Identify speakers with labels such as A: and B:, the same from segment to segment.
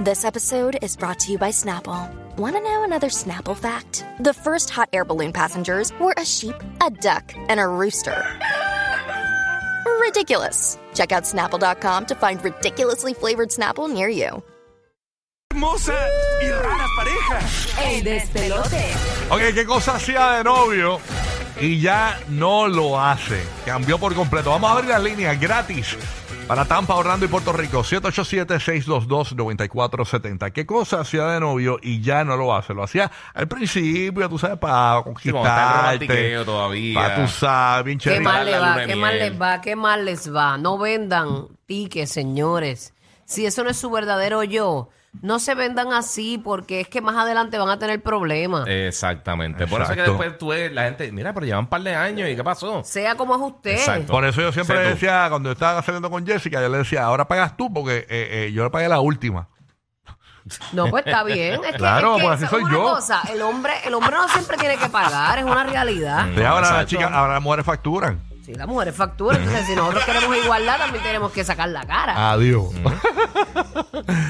A: This episode is brought to you by Snapple. Want to know another Snapple fact? The first hot air balloon passengers were a sheep, a duck, and a rooster. Ridiculous. Check out snapple.com to find ridiculously flavored Snapple near you.
B: hermosa y rara pareja.
C: El despelote.
D: Ok, ¿qué cosa hacía de novio y ya no lo hace? Cambió por completo. Vamos a abrir las líneas gratis para Tampa, Orlando y Puerto Rico. 787-622-9470. ¿Qué cosa hacía de novio y ya no lo hace? Lo hacía al principio, tú sabes, para
E: Sí, como está el
D: conquistarte.
E: romantiqueo todavía.
D: para tú sabes, bien
F: Qué
D: chévere.
F: mal
E: la
F: les va,
E: luna de
F: qué mal
E: miel.
F: les va, qué mal les va. No vendan tickets, señores. Si eso no es su verdadero yo, no se vendan así porque es que más adelante van a tener problemas.
E: Eh, Exactamente. Por eso es que
D: Exacto.
E: después tú ves la gente, mira, pero llevan un par de años y ¿qué pasó?
F: Sea como es usted.
E: Exacto.
D: Por eso yo siempre
E: Sé tú.
D: decía, cuando yo estaba saliendo con Jessica, yo le decía, ahora pagas tú, porque eh, eh, yo le pagué la última.
F: No, pues está bien. Es que-
D: Claro,
F: es que
D: pues así
F: esa es
D: soy
F: una
D: yo.
F: cosa. El hombre, el hombre no siempre tiene que pagar, es una realidad.
D: Sí, ahora las
E: Mm, exacto.
D: chicas, ahora las mujeres facturan.
F: Si las mujeres facturan, entonces si nosotros queremos igualdad, también tenemos que sacar la cara.
D: Adiós.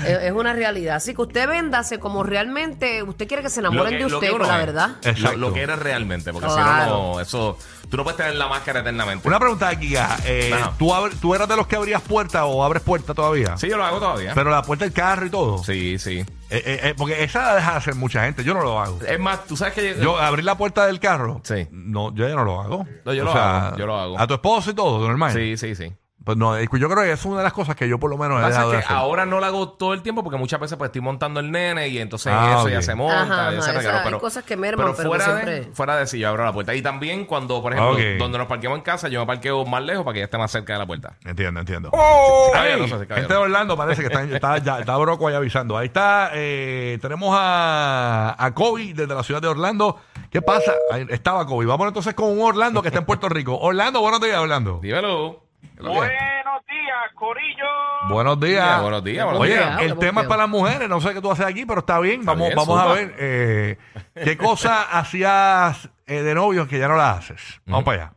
F: Es, es una realidad. Así que usted véndase como realmente usted quiere que se
E: Lo
F: enamoren
E: que-
F: de
E: lo
F: usted,
E: que
F: con
E: uno
F: la
E: es.
F: verdad.
E: Lo-
D: Exacto.
E: Lo, que eres realmente, porque si
F: Claro.
E: no, no, eso, tú no puedes tener la máscara eternamente.
D: Una pregunta aquí, eh,
E: Ajá.
D: ¿tú, abr- ¿tú eras de los que abrías puerta o abres puerta todavía?
E: Sí, yo lo hago todavía.
D: Pero la puerta del carro y todo.
E: sí, sí.
D: Eh, eh, eh, porque esa la deja de hacer mucha gente. Yo no lo hago.
E: Es más, tú sabes que
D: Yo abrir la puerta del carro.
E: Eh, Sí.
D: No, yo ya no lo hago.
E: No, yo lo hago, yo lo hago.
D: A tu esposo y todo, normal.
E: Sí, sí, sí.
D: Pues no, eh, yo creo que es una de las cosas que yo por lo menos he
E: Pasa
D: dejado de
E: que
D: hacer.
E: ahora no lo hago todo el tiempo porque muchas veces pues estoy montando el nene y entonces
D: Ah,
E: eso
D: ok.
E: ya se monta,
F: Ajá,
E: ya
F: ajá,
E: se regaló.
F: esa- hay
E: Pero,
F: cosas que merman, pero que
E: fuera, de,
F: siempre-
E: fuera de si yo abro la puerta. Y también cuando, por ejemplo,
D: Ok.
E: donde nos parqueamos en casa, yo me parqueo más lejos para que ella esté más cerca de la puerta. Ah,
D: Entiendo, entiendo.
E: Sí,
D: Ay,
E: caballeroso, sí,
D: gente de
E: caballeroso.
D: Orlando parece que está, está, ya, está Broco ahí avisando. Ahí está, eh, tenemos a, a Kobe desde la ciudad de Orlando. ¿Qué pasa? Ahí estaba Kobe. Vamos entonces con un Orlando que está en Puerto Rico. Orlando, buenos días, Orlando.
E: Dímelo.
G: Buenos días, Corillo.
D: Buenos días.
E: Mira, buenos días, buenos
D: Oye,
F: días.
D: el tema es para las mujeres. No sé qué tú haces aquí, pero está bien. Vamos,
E: bien,
D: vamos a
E: zumba.
D: ver eh, qué cosas hacías eh, de novios que ya no las haces. Vamos
E: Ujú.
D: para allá.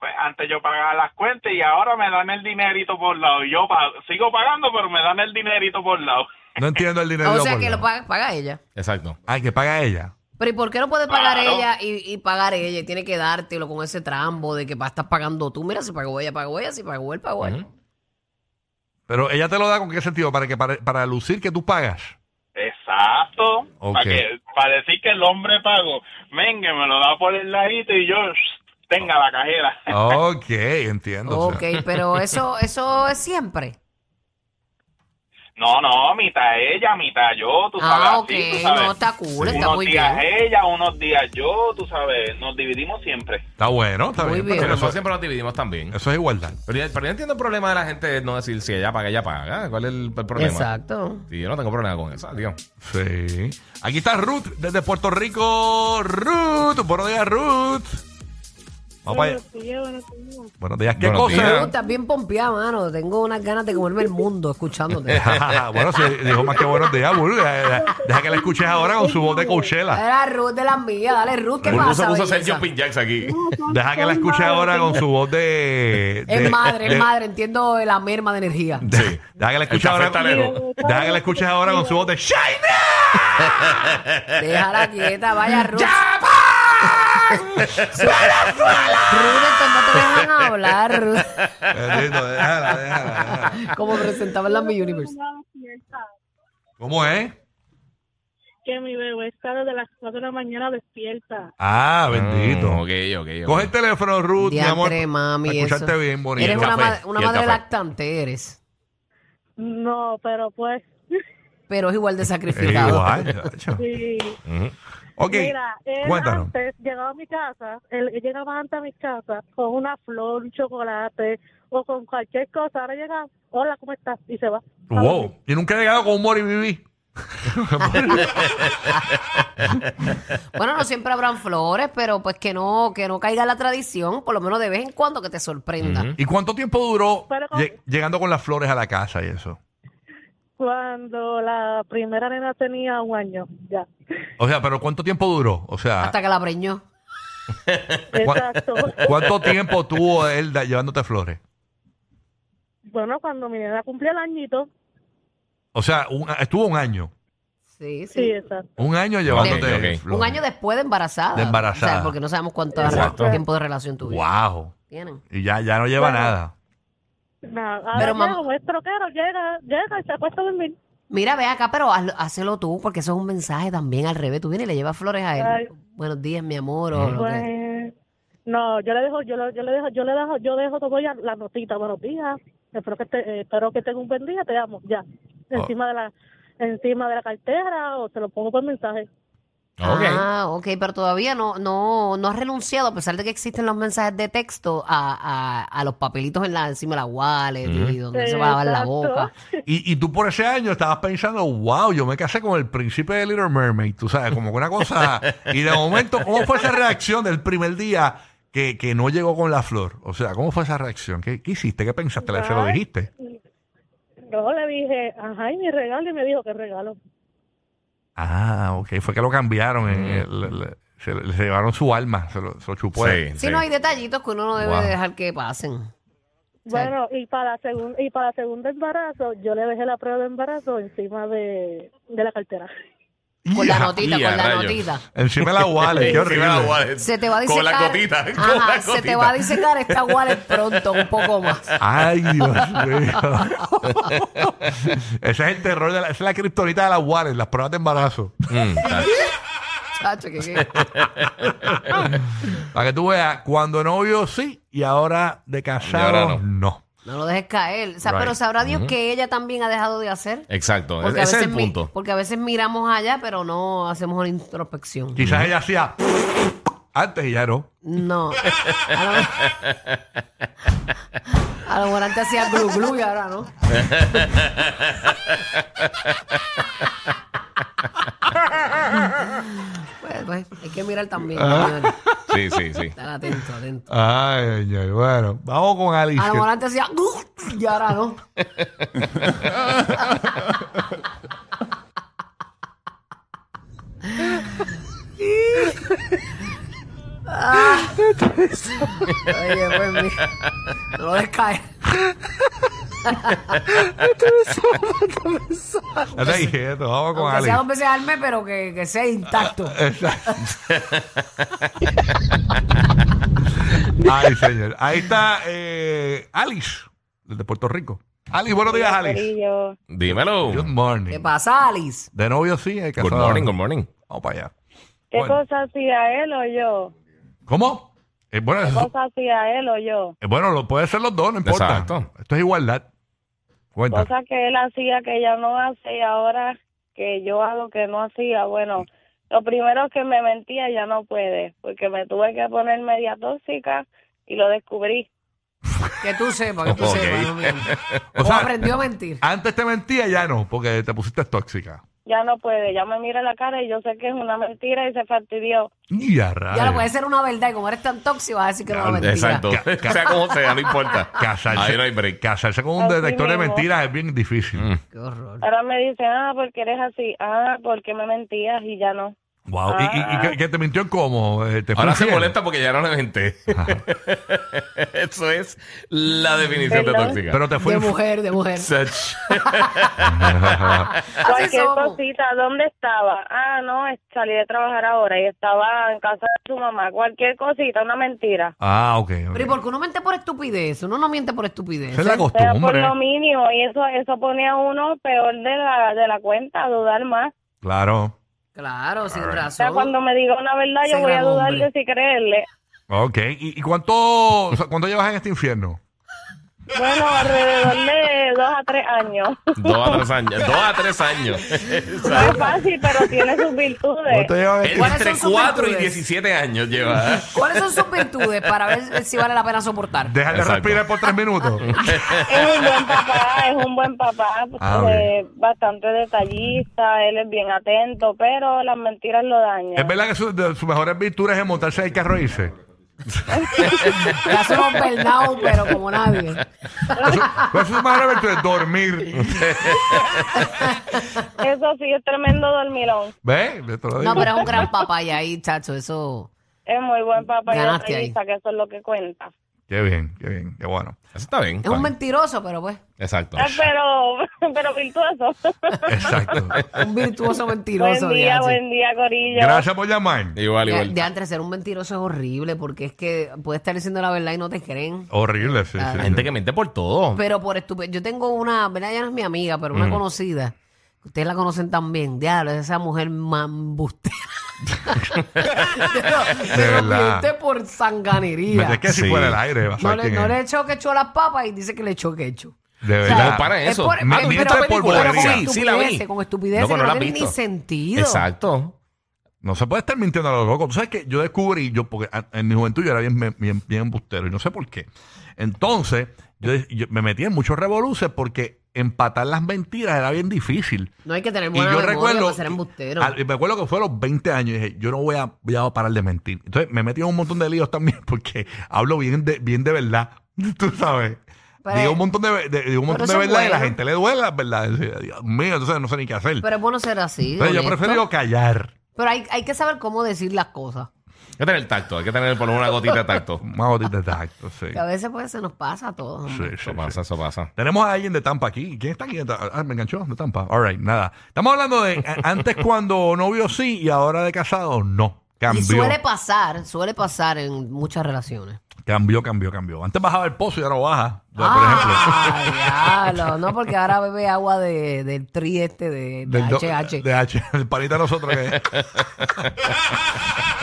G: Pues antes yo pagaba las cuentas y ahora me dan el dinerito por lado. Yo pa- sigo pagando, pero me dan el dinerito por lado.
D: No entiendo el dinero.
F: O sea
D: por
F: que
D: lado.
F: lo paga, paga ella.
E: Exacto.
D: Ay, que paga ella.
F: Pero ¿y por qué no puede pagar
G: Claro.
F: ella y, y pagar ella? Y tiene que dártelo con ese trambo de que pa- estás pagando tú. Mira, si pagó ella, pagó ella, si pagó él, pagó él.
E: Ujú.
D: Pero ella te lo da con qué sentido? Para que para, para lucir que tú pagas.
G: Exacto.
D: Ok.
G: Para, que, para decir que el hombre pagó. Venga, me lo da por el ladito y yo shh, tenga la cajera.
D: Ok, entiendo. o
F: Ok,
D: sea.
F: pero eso, eso es siempre.
G: No, no, mitad ella, mitad yo, tú sabes.
F: Ah, ok,
G: así, tú sabes.
F: no, está cool, está
G: unos
F: muy bien.
G: días ella, unos días yo, tú sabes. Nos dividimos siempre.
D: Está bueno, está
F: Muy
D: bien.
F: bien.
D: pero
E: Pero
D: eso,
E: nosotros siempre nos dividimos también.
D: eso es igualdad.
E: Pero, yo- pero yo entiendo el problema de la gente de no decir si ella paga, ella paga. ¿Cuál es el, el problema?
F: Exacto.
E: Y yo no tengo problema con eso, tío.
D: Sí. Aquí está Ruth desde Puerto Rico. Ruth, buenos días, Ruth. Vamos para allá. Buenos días, ¿qué
E: Buenos
D: cosa?
E: días.
F: Tú estás bien pompeada, mano. Tengo unas ganas de comerme el mundo escuchándote.
D: bueno, si dijo más que buenos días, Burbu. Deja, deja que la escuches ahora con su voz de Coachella.
F: Era Ruth de las mías, dale Ruth, ¿qué
E: Burbu se
F: pasa? Uh.
E: puso
F: belleza?
E: Sergio Pinjax aquí.
D: Deja que la escuches ahora con su voz de. de-
F: Es madre, es
D: de-
F: madre, entiendo la merma de energía.
D: de- Deja que la escuches
E: El
D: ahora.
E: cafetalero.
D: Deja que la escuches ahora con su voz de Shine.
F: Déjala quieta, vaya Ruth. Ruth, entonces no te dejan hablar, Ruth.
D: Déjala, déjala.
F: Como presentaba en la Mi Universe.
D: ¿Cómo es?
H: que mi bebé está desde las 4 de la mañana despierta.
D: Ah, bendito.
E: Ah, ok, ok. ok.
D: Coge el teléfono, Ruth, mi amor.
F: Diantre, mami,
D: para escucharte
F: eso.
D: bien bonito.
F: Eres
E: el
F: una,
E: café,
F: ma- una
E: y el
F: madre
E: café.
F: lactante, eres.
H: No, pero pues,
F: Pero es igual de
D: Eh,
F: sacrificado.
D: igual, chacho.
H: sí.
D: ok,
H: Mira, él
D: cuéntanos.
H: antes llegaba a mi casa, él llegaba antes a mi casa con una flor, un chocolate o con cualquier cosa. Ahora llega, hola, ¿cómo estás? Y se va.
D: Wow. Y nunca he llegado con humor y viví.
F: Bueno, no siempre habrán flores, pero pues que no, que no caiga la tradición, por lo menos de vez en cuando que te sorprenda.
D: ¿Y cuánto tiempo duró
H: Pero con-
D: lle- llegando con las flores a la casa y eso?
H: Cuando la primera nena tenía un año, ya.
D: O sea, pero ¿cuánto tiempo duró? O sea,
F: Hasta que la preñó.
D: ¿cuá-
H: Exacto.
D: ¿cuánto tiempo tuvo él da- llevándote flores?
H: bueno, cuando mi nena cumplió el añito,
D: O sea, un- estuvo un año.
F: Sí, sí.
H: sí, exacto.
D: Un año llevándote flores.
E: ok.
F: Un año después de embarazada.
D: De embarazada.
F: O sea, porque no sabemos cuánto
E: Exacto.
F: tiempo de relación tuvieron.
D: Wow.
F: Tienen.
D: Y ya, ya no lleva
H: Bueno.
D: nada.
H: Nada, ahora
F: Pero,
H: pero
F: mam-
H: llega, como es troquero, llega, llega y se acuesta a dormir.
F: Mira, ve acá, pero hazlo- hazlo tú, porque eso es un mensaje también al revés. Tú vienes y le llevas flores a él.
H: Ay.
F: Buenos días, mi amor. o lo que-
H: Pues, no, yo le dejo, yo, lo- yo le dejo, yo le dejo, yo dejo todo ya la notita, buenos días, espero que te, eh, espero que tenga un buen día, te amo, ya. Encima de la, encima de la cartera o se lo pongo por mensaje.
E: Ok.
F: Ah, ok, pero todavía no, no, no has renunciado, a pesar de que existen los mensajes de texto, a, a, a los papelitos en la, encima de la wallet y donde se va a lavar la
H: Exacto.
F: boca.
D: Y, y tú por ese año estabas pensando, wow, yo me casé con el príncipe de Little Mermaid, tú sabes, como que una cosa. Y de momento, ¿cómo fue esa reacción del primer día que, que no llegó con la flor? O sea, ¿cómo fue esa reacción? ¿Qué, qué hiciste? ¿Qué pensaste? ¿Le- ¿Se lo dijiste?
H: No, le dije, ajá, y mi regalo, y me dijo, ¿qué regalo?
D: Ah, ok, fue que lo cambiaron. en el- le- le- se, le se llevaron su alma, se lo, se lo chupó.
E: Pues,
D: él.
F: Si no hay detallitos que uno no debe
D: Wow.
F: dejar que pasen.
H: Bueno, y para la segun- y para la segunda embarazo, yo le dejé la prueba de embarazo encima de, de la cartera.
F: Con
E: Ya,
F: la notita,
E: ya,
F: con la
E: rayos.
F: notita.
D: Encima de la wallet, Ah, qué horrible.
F: Se te va a disecar.
E: Con la gotita. con
F: Ajá,
E: la
F: se te
E: gotita.
F: va a disecar esta wallet pronto, un poco más.
D: Ay, Dios mío. Ese es el terror, de la, esa es la criptonita de las wallet, las pruebas de embarazo.
F: Chacho, que, que-
D: Para que tú veas, cuando novio sí y ahora de casado
E: ahora no.
D: no.
F: No lo dejes caer. O sea,
E: Right.
F: pero sabrá Dios que ella también ha dejado de hacer.
E: Exacto.
F: Porque a
E: ese es el
F: veces mi-
E: punto.
F: porque a veces miramos allá, pero no hacemos una introspección.
D: Quizás ella hacía antes y ya no.
F: No. A lo, a lo mejor antes hacía glu glu y ahora no. pues, pues, hay que mirar también. señores.
E: Sí, sí, sí.
F: Estar atento, atento.
D: Ay, señor. Bueno, vamos con
F: A lo mejor
D: Alicia.
F: antes hacía glu y ahora no. Ah. Oye, pues mira, no lo descae.
D: Ya te dije esto, vamos con
F: Aunque
D: Alicia.
F: sea dos veces al mes, pero que, que sea intacto.
D: Exacto. Ay, señor. Ahí está eh, Alice, desde Puerto Rico. Alice, buenos días, Alice.
H: Corillo.
E: Dímelo.
D: Good
F: ¿Qué
D: morning.
F: pasa, Alice?
D: De novio sí, de casado.
E: Good morning, good morning.
D: Vamos para allá.
H: ¿Qué
D: Bueno.
H: cosa hacía él o yo?
D: ¿Cómo? Eh, bueno,
H: ¿Qué
D: eso-
H: cosa hacía él o yo?
D: eh, bueno, lo puede ser los dos, no importa.
E: Exacto.
D: Esto es igualdad. Cuenta.
H: Cosas que él hacía que ella no hace y ahora que yo hago que no hacía. Bueno, lo primero es que me mentía ya no puede, porque me tuve que poner media tóxica y lo descubrí.
F: Que tú sepas, que tú
E: Ok.
F: sepas. no mientas.
D: O
F: O
D: sea-
F: aprendió a mentir.
D: Antes te mentía, ya no, porque te pusiste tóxica.
H: Ya no puede, ya me mira la cara y yo sé que es una mentira y se fastidió.
D: Y a rayos.
F: Ya lo puede ser una verdad y como eres tan tóxico, vas a decir que no es una mentira.
E: Exacto.
D: Ca- ca-
E: sea como sea, no importa.
F: Ah.
D: Casarse,
E: Ahí no hay break.
D: casarse con un
H: Así
D: detector de
H: mismo.
D: mentiras es bien difícil.
E: Mm.
F: Qué horror.
H: Ahora me dice, ah, porque eres así, ah, porque me mentías y ya no.
D: Wow. ¿Y- ¿Y, y, qué- qué te mintió en cómo? Eh, ¿Te fue
E: Ahora se
D: infiel?
E: molesta porque ya no la menté. Eso es la definición de
H: Perdón.
E: tóxica.
D: Pero te fue
F: De
D: infiel.
F: mujer, de mujer.
E: Such-
F: Así
H: Cualquier
F: Ah, somos.
H: cosita, ¿dónde estaba? Ah, no, es- salí de trabajar ahora y estaba en casa de su mamá. Cualquier cosita, una mentira.
D: Ah, ok. ok.
F: Pero ¿y por qué uno miente por estupidez? Uno no miente por estupidez.
D: Esa es la
H: Pero por
D: costumbre.
H: lo mínimo, y eso eso pone a uno peor de la, de la cuenta, a dudar más.
D: Claro.
F: Claro, sin
H: O sea,
F: razón.
H: cuando me diga una verdad,
F: Ese
H: yo voy a
F: gran
H: dudar
F: hombre.
H: de si creerle.
D: Ok. ¿Y, y cuánto, o sea, cuánto llevas en este infierno?
H: Bueno, alrededor de dos a tres años.
E: Dos a tres años. Dos a tres años.
H: No es fácil, pero tiene sus virtudes.
D: Te llevas este
E: Él
F: ¿Cuáles
E: entre
F: son sus
E: 4 y
F: virtudes?
E: 17 años lleva.
F: ¿Cuáles son sus virtudes para ver si vale la pena soportar?
D: Dejar de
E: Exacto.
D: respirar por tres minutos.
H: Es un buen papá, es un buen papá,
D: Ah,
H: eh, bastante detallista, él es bien atento, pero las mentiras lo dañan.
D: es verdad que su- de- sus mejores virtudes es montarse el carro e irse.
F: Ya somos Bernau, pero como nadie.
D: ¿Cuál es su mejor virtud? Dormir.
H: Eso sí, es tremendo dormilón.
D: ¿Ves? Yo te lo digo.
F: No, pero es un gran papá y ahí, chacho, eso.
H: Es muy buen papá y
F: Ganaste
H: detallista, que eso es lo que cuenta.
D: Qué bien, qué bien, qué bueno.
E: Eso está bien.
F: Es un
E: está bien.
F: mentiroso, pero pues.
E: Exacto.
H: Ah, Pero, pero virtuoso.
D: Exacto.
F: Un virtuoso mentiroso.
H: buen día,
F: diache.
H: buen día, Corillo.
D: Gracias por llamar.
E: Igual,
F: Ya-
E: igual.
F: De antes ser un mentiroso es horrible porque es que puede estar diciendo la verdad y no te creen.
D: Horrible, sí,
F: Ah.
D: sí.
E: Hay gente que miente por todo.
F: Pero por estupendo. Yo tengo una, ¿verdad? Ella no es mi amiga, pero una conocida. Ustedes la conocen también. Diablo, es esa mujer mambustera. pero
D: verdad.
F: miente por sanganería.
D: Es que si
E: Sí.
D: fuera el aire, vas a
F: No
D: saber
F: le,
D: quién
F: no
D: es.
F: le echó quecho a las papas y dice que le echó quecho.
D: De
F: sea,
D: verdad.
E: No, para eso.
F: por-
D: Ma-
F: pero-
D: miente
F: pero-
D: por
F: pero con
D: bobería.
E: Sí, la vi.
F: estupideces, Con estupideces
E: No,
F: que
E: pero
F: no,
E: la has
F: tienen ni
E: visto.
F: sentido.
E: Exacto.
D: No se puede estar mintiendo a lo loco. Tú sabes que yo descubrí, yo, porque a- en mi juventud yo era bien, bien, bien, bien embustero y no sé por qué. Entonces, yo, yo me metí en muchos revoluces porque empatar las mentiras era bien difícil.
F: No hay que tener
D: Y
F: buena
D: yo
F: memoria
D: recuerdo,
F: para ser embustero.
D: al- me acuerdo que fue a los 20 años y dije, yo no voy a, voy a parar de mentir. Entonces me metí en un montón de líos también porque hablo bien de, bien de verdad, tú sabes.
F: Pero- eh,
D: digo un montón de, de- digo un
F: pero
D: montón de
F: eso es
D: verdad y a la
F: bueno.
D: gente le duele la verdad. Dice, Dios mío, entonces no sé ni qué hacer.
F: pero es bueno ser así.
D: Entonces, yo
F: honesto.
D: prefiero callar.
F: Pero hay, hay que saber cómo decir las cosas.
E: Hay que tener tacto. Hay que tener por lo menos una gotita de tacto.
D: Una gotita de tacto, sí.
F: Que a veces pues se nos pasa a todos.
D: Sí,
F: hombre.
D: sí,
E: Eso
D: sí.
E: pasa, eso pasa.
D: Tenemos a alguien de Tampa aquí. ¿Quién está aquí? Ah, me enganchó de Tampa. All right, nada. Estamos hablando de a- antes cuando novio sí y ahora de casado no.
F: Y
D: Cambió,
F: suele pasar, suele pasar en muchas relaciones.
D: cambió, cambió, cambió. Antes bajaba el pozo y ahora baja, por ejemplo.
F: Ah, diablo. No, porque ahora bebe agua de, del tri este de, de
D: Del do-
F: HH.
D: de H, el panita de nosotros que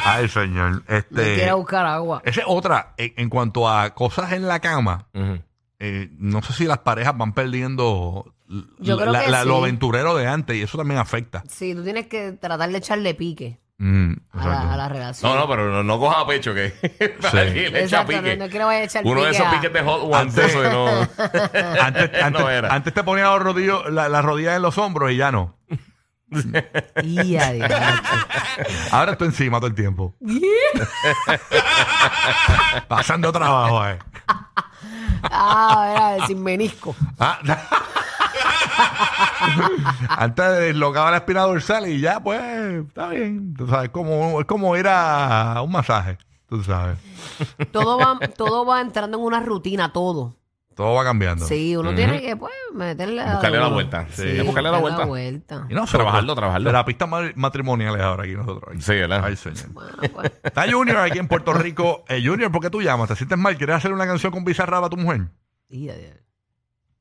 D: Ay, señor.
F: Le quiere
D: Este,
F: buscar agua.
D: esa es otra. En, en cuanto a cosas en la cama,
E: Ujú.
D: eh, no sé si las parejas van perdiendo l-
F: Yo creo
D: la-
F: que
D: la- lo
F: sí.
D: aventurero de antes y eso también afecta.
F: Sí, tú tienes que tratar de echarle pique
D: Mm,
F: a
D: exacto.
F: la, a la relación.
E: No, no, pero no, no coja a pecho que. para que le echa
F: Exacto,
E: pique.
F: no- no quiero vaya a echar
E: Uno de
F: pique
E: esos
F: a-
E: piques de hot ones,
D: Antes-
E: eso de no.
D: Antes, antes,
E: No era.
D: antes te ponían los rodillos- la- las rodillas en los hombros y ya no.
F: Y a diablo.
D: Ahora estoy encima todo el tiempo. Pasando trabajo, eh.
F: Ah, era sin menisco.
D: Ah. Antes deslocaba la espina dorsal y ya, pues, está bien. Tú sabes, como, es como ir a un masaje. Tú sabes.
F: Todo va, todo va entrando en una rutina, todo.
D: Todo va cambiando.
F: Sí, uno tiene que pues meterle a-
E: Buscarle la vuelta.
F: Sí,
E: Es buscarle la vuelta.
D: Y no,
E: Trabajarlo, trabajarlo.
D: Terapistas ma- matrimoniales ahora aquí nosotros. aquí.
E: Sí, ¿verdad?
D: Ay, señor.
F: Bueno, pues,
D: Está Junior aquí en Puerto Rico. Eh, Junior, ¿por qué tú llamas? ¿Te sientes mal? ¿Quieres hacer una canción con Bizarrap a tu mujer?
F: y a diablo.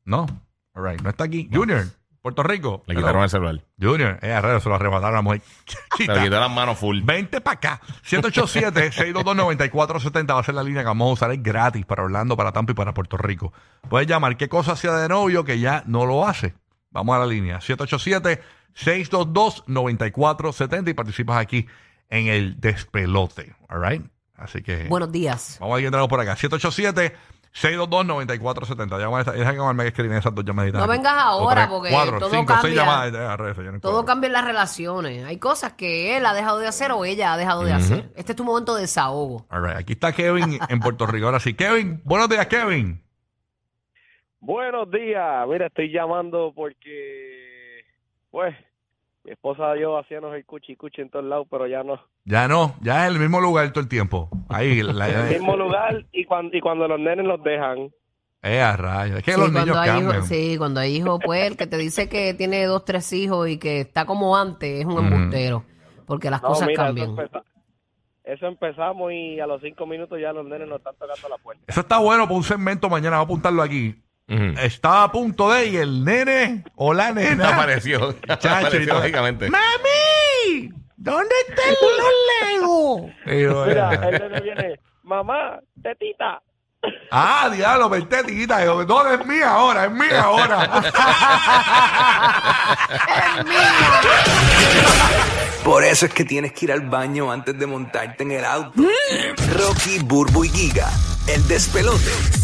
D: No. All right. No está aquí. Junior, Puerto Rico.
E: Le
D: Hello.
E: quitaron el celular.
D: Junior, eh, raro, se lo arrebataron a la mujer.
E: Se
D: Quita.
E: le quitó las manos full.
D: Vente para acá. 787-622-9470 va a ser la línea que vamos a usar. Es gratis para Orlando, para Tampa y para Puerto Rico. Puedes llamar qué cosa hacía de novio que ya no lo hace. Vamos a la línea. 787-622-9470 y participas aquí en el despelote. All right. Así que.
F: Buenos días.
D: Vamos a ir entrando por acá. 787 622 9470 Llama esta- Deja que Omar me escriben esas dos llamaditas.
F: No
D: aquí.
F: vengas ahora,
D: O
F: porque
D: cuatro,
F: todo
D: cinco, seis
F: cambia.
D: llamadas. Eh, arre, señores,
F: Todo
D: cuatro.
F: cambia en las relaciones. Hay cosas que él ha dejado de hacer o ella ha dejado de hacer. Este es tu momento de desahogo.
D: All right, Aquí está Kevin en Puerto Rico. Ahora sí, Kevin. Buenos días, Kevin.
I: Buenos días. Mira, estoy llamando porque, pues, mi esposa y yo hacíamos el cuchi cuchi en todos lados, pero ya no.
D: Ya no, ya es el mismo lugar todo el tiempo. Ahí, la,
I: En el mismo lugar y cuando, y cuando los nenes los dejan.
D: Eh, a rayos. Es que
F: Sí,
D: los niños
F: cuando hay
D: cambian.
F: hijos, sí, cuando hay hijos, pues el que te dice que tiene dos, tres hijos y que está como antes es un embustero. Porque las
I: No,
F: cosas
I: mira, eso,
F: cambian.
I: empeza- eso empezamos y a los cinco minutos ya los nenes nos están tocando la puerta.
D: Eso está bueno para un segmento mañana. Voy a apuntarlo aquí.
E: Ujú.
D: Estaba a punto de y el nene o la nena.
E: Apareció.
D: Chacho, y
E: Apareció,
D: todo.
E: lógicamente.
D: ¡Mami! ¿Dónde están los legos? Y yo,
I: Mira,
D: eh,
I: el nene viene, mamá, tetita.
D: Ah, diablo, vente, tiquita. Yo, No, es mía ahora, es mía ahora.
J: Por eso es que tienes que ir al baño antes de montarte en el auto. Rocky, Burbu y Giga, el despelote.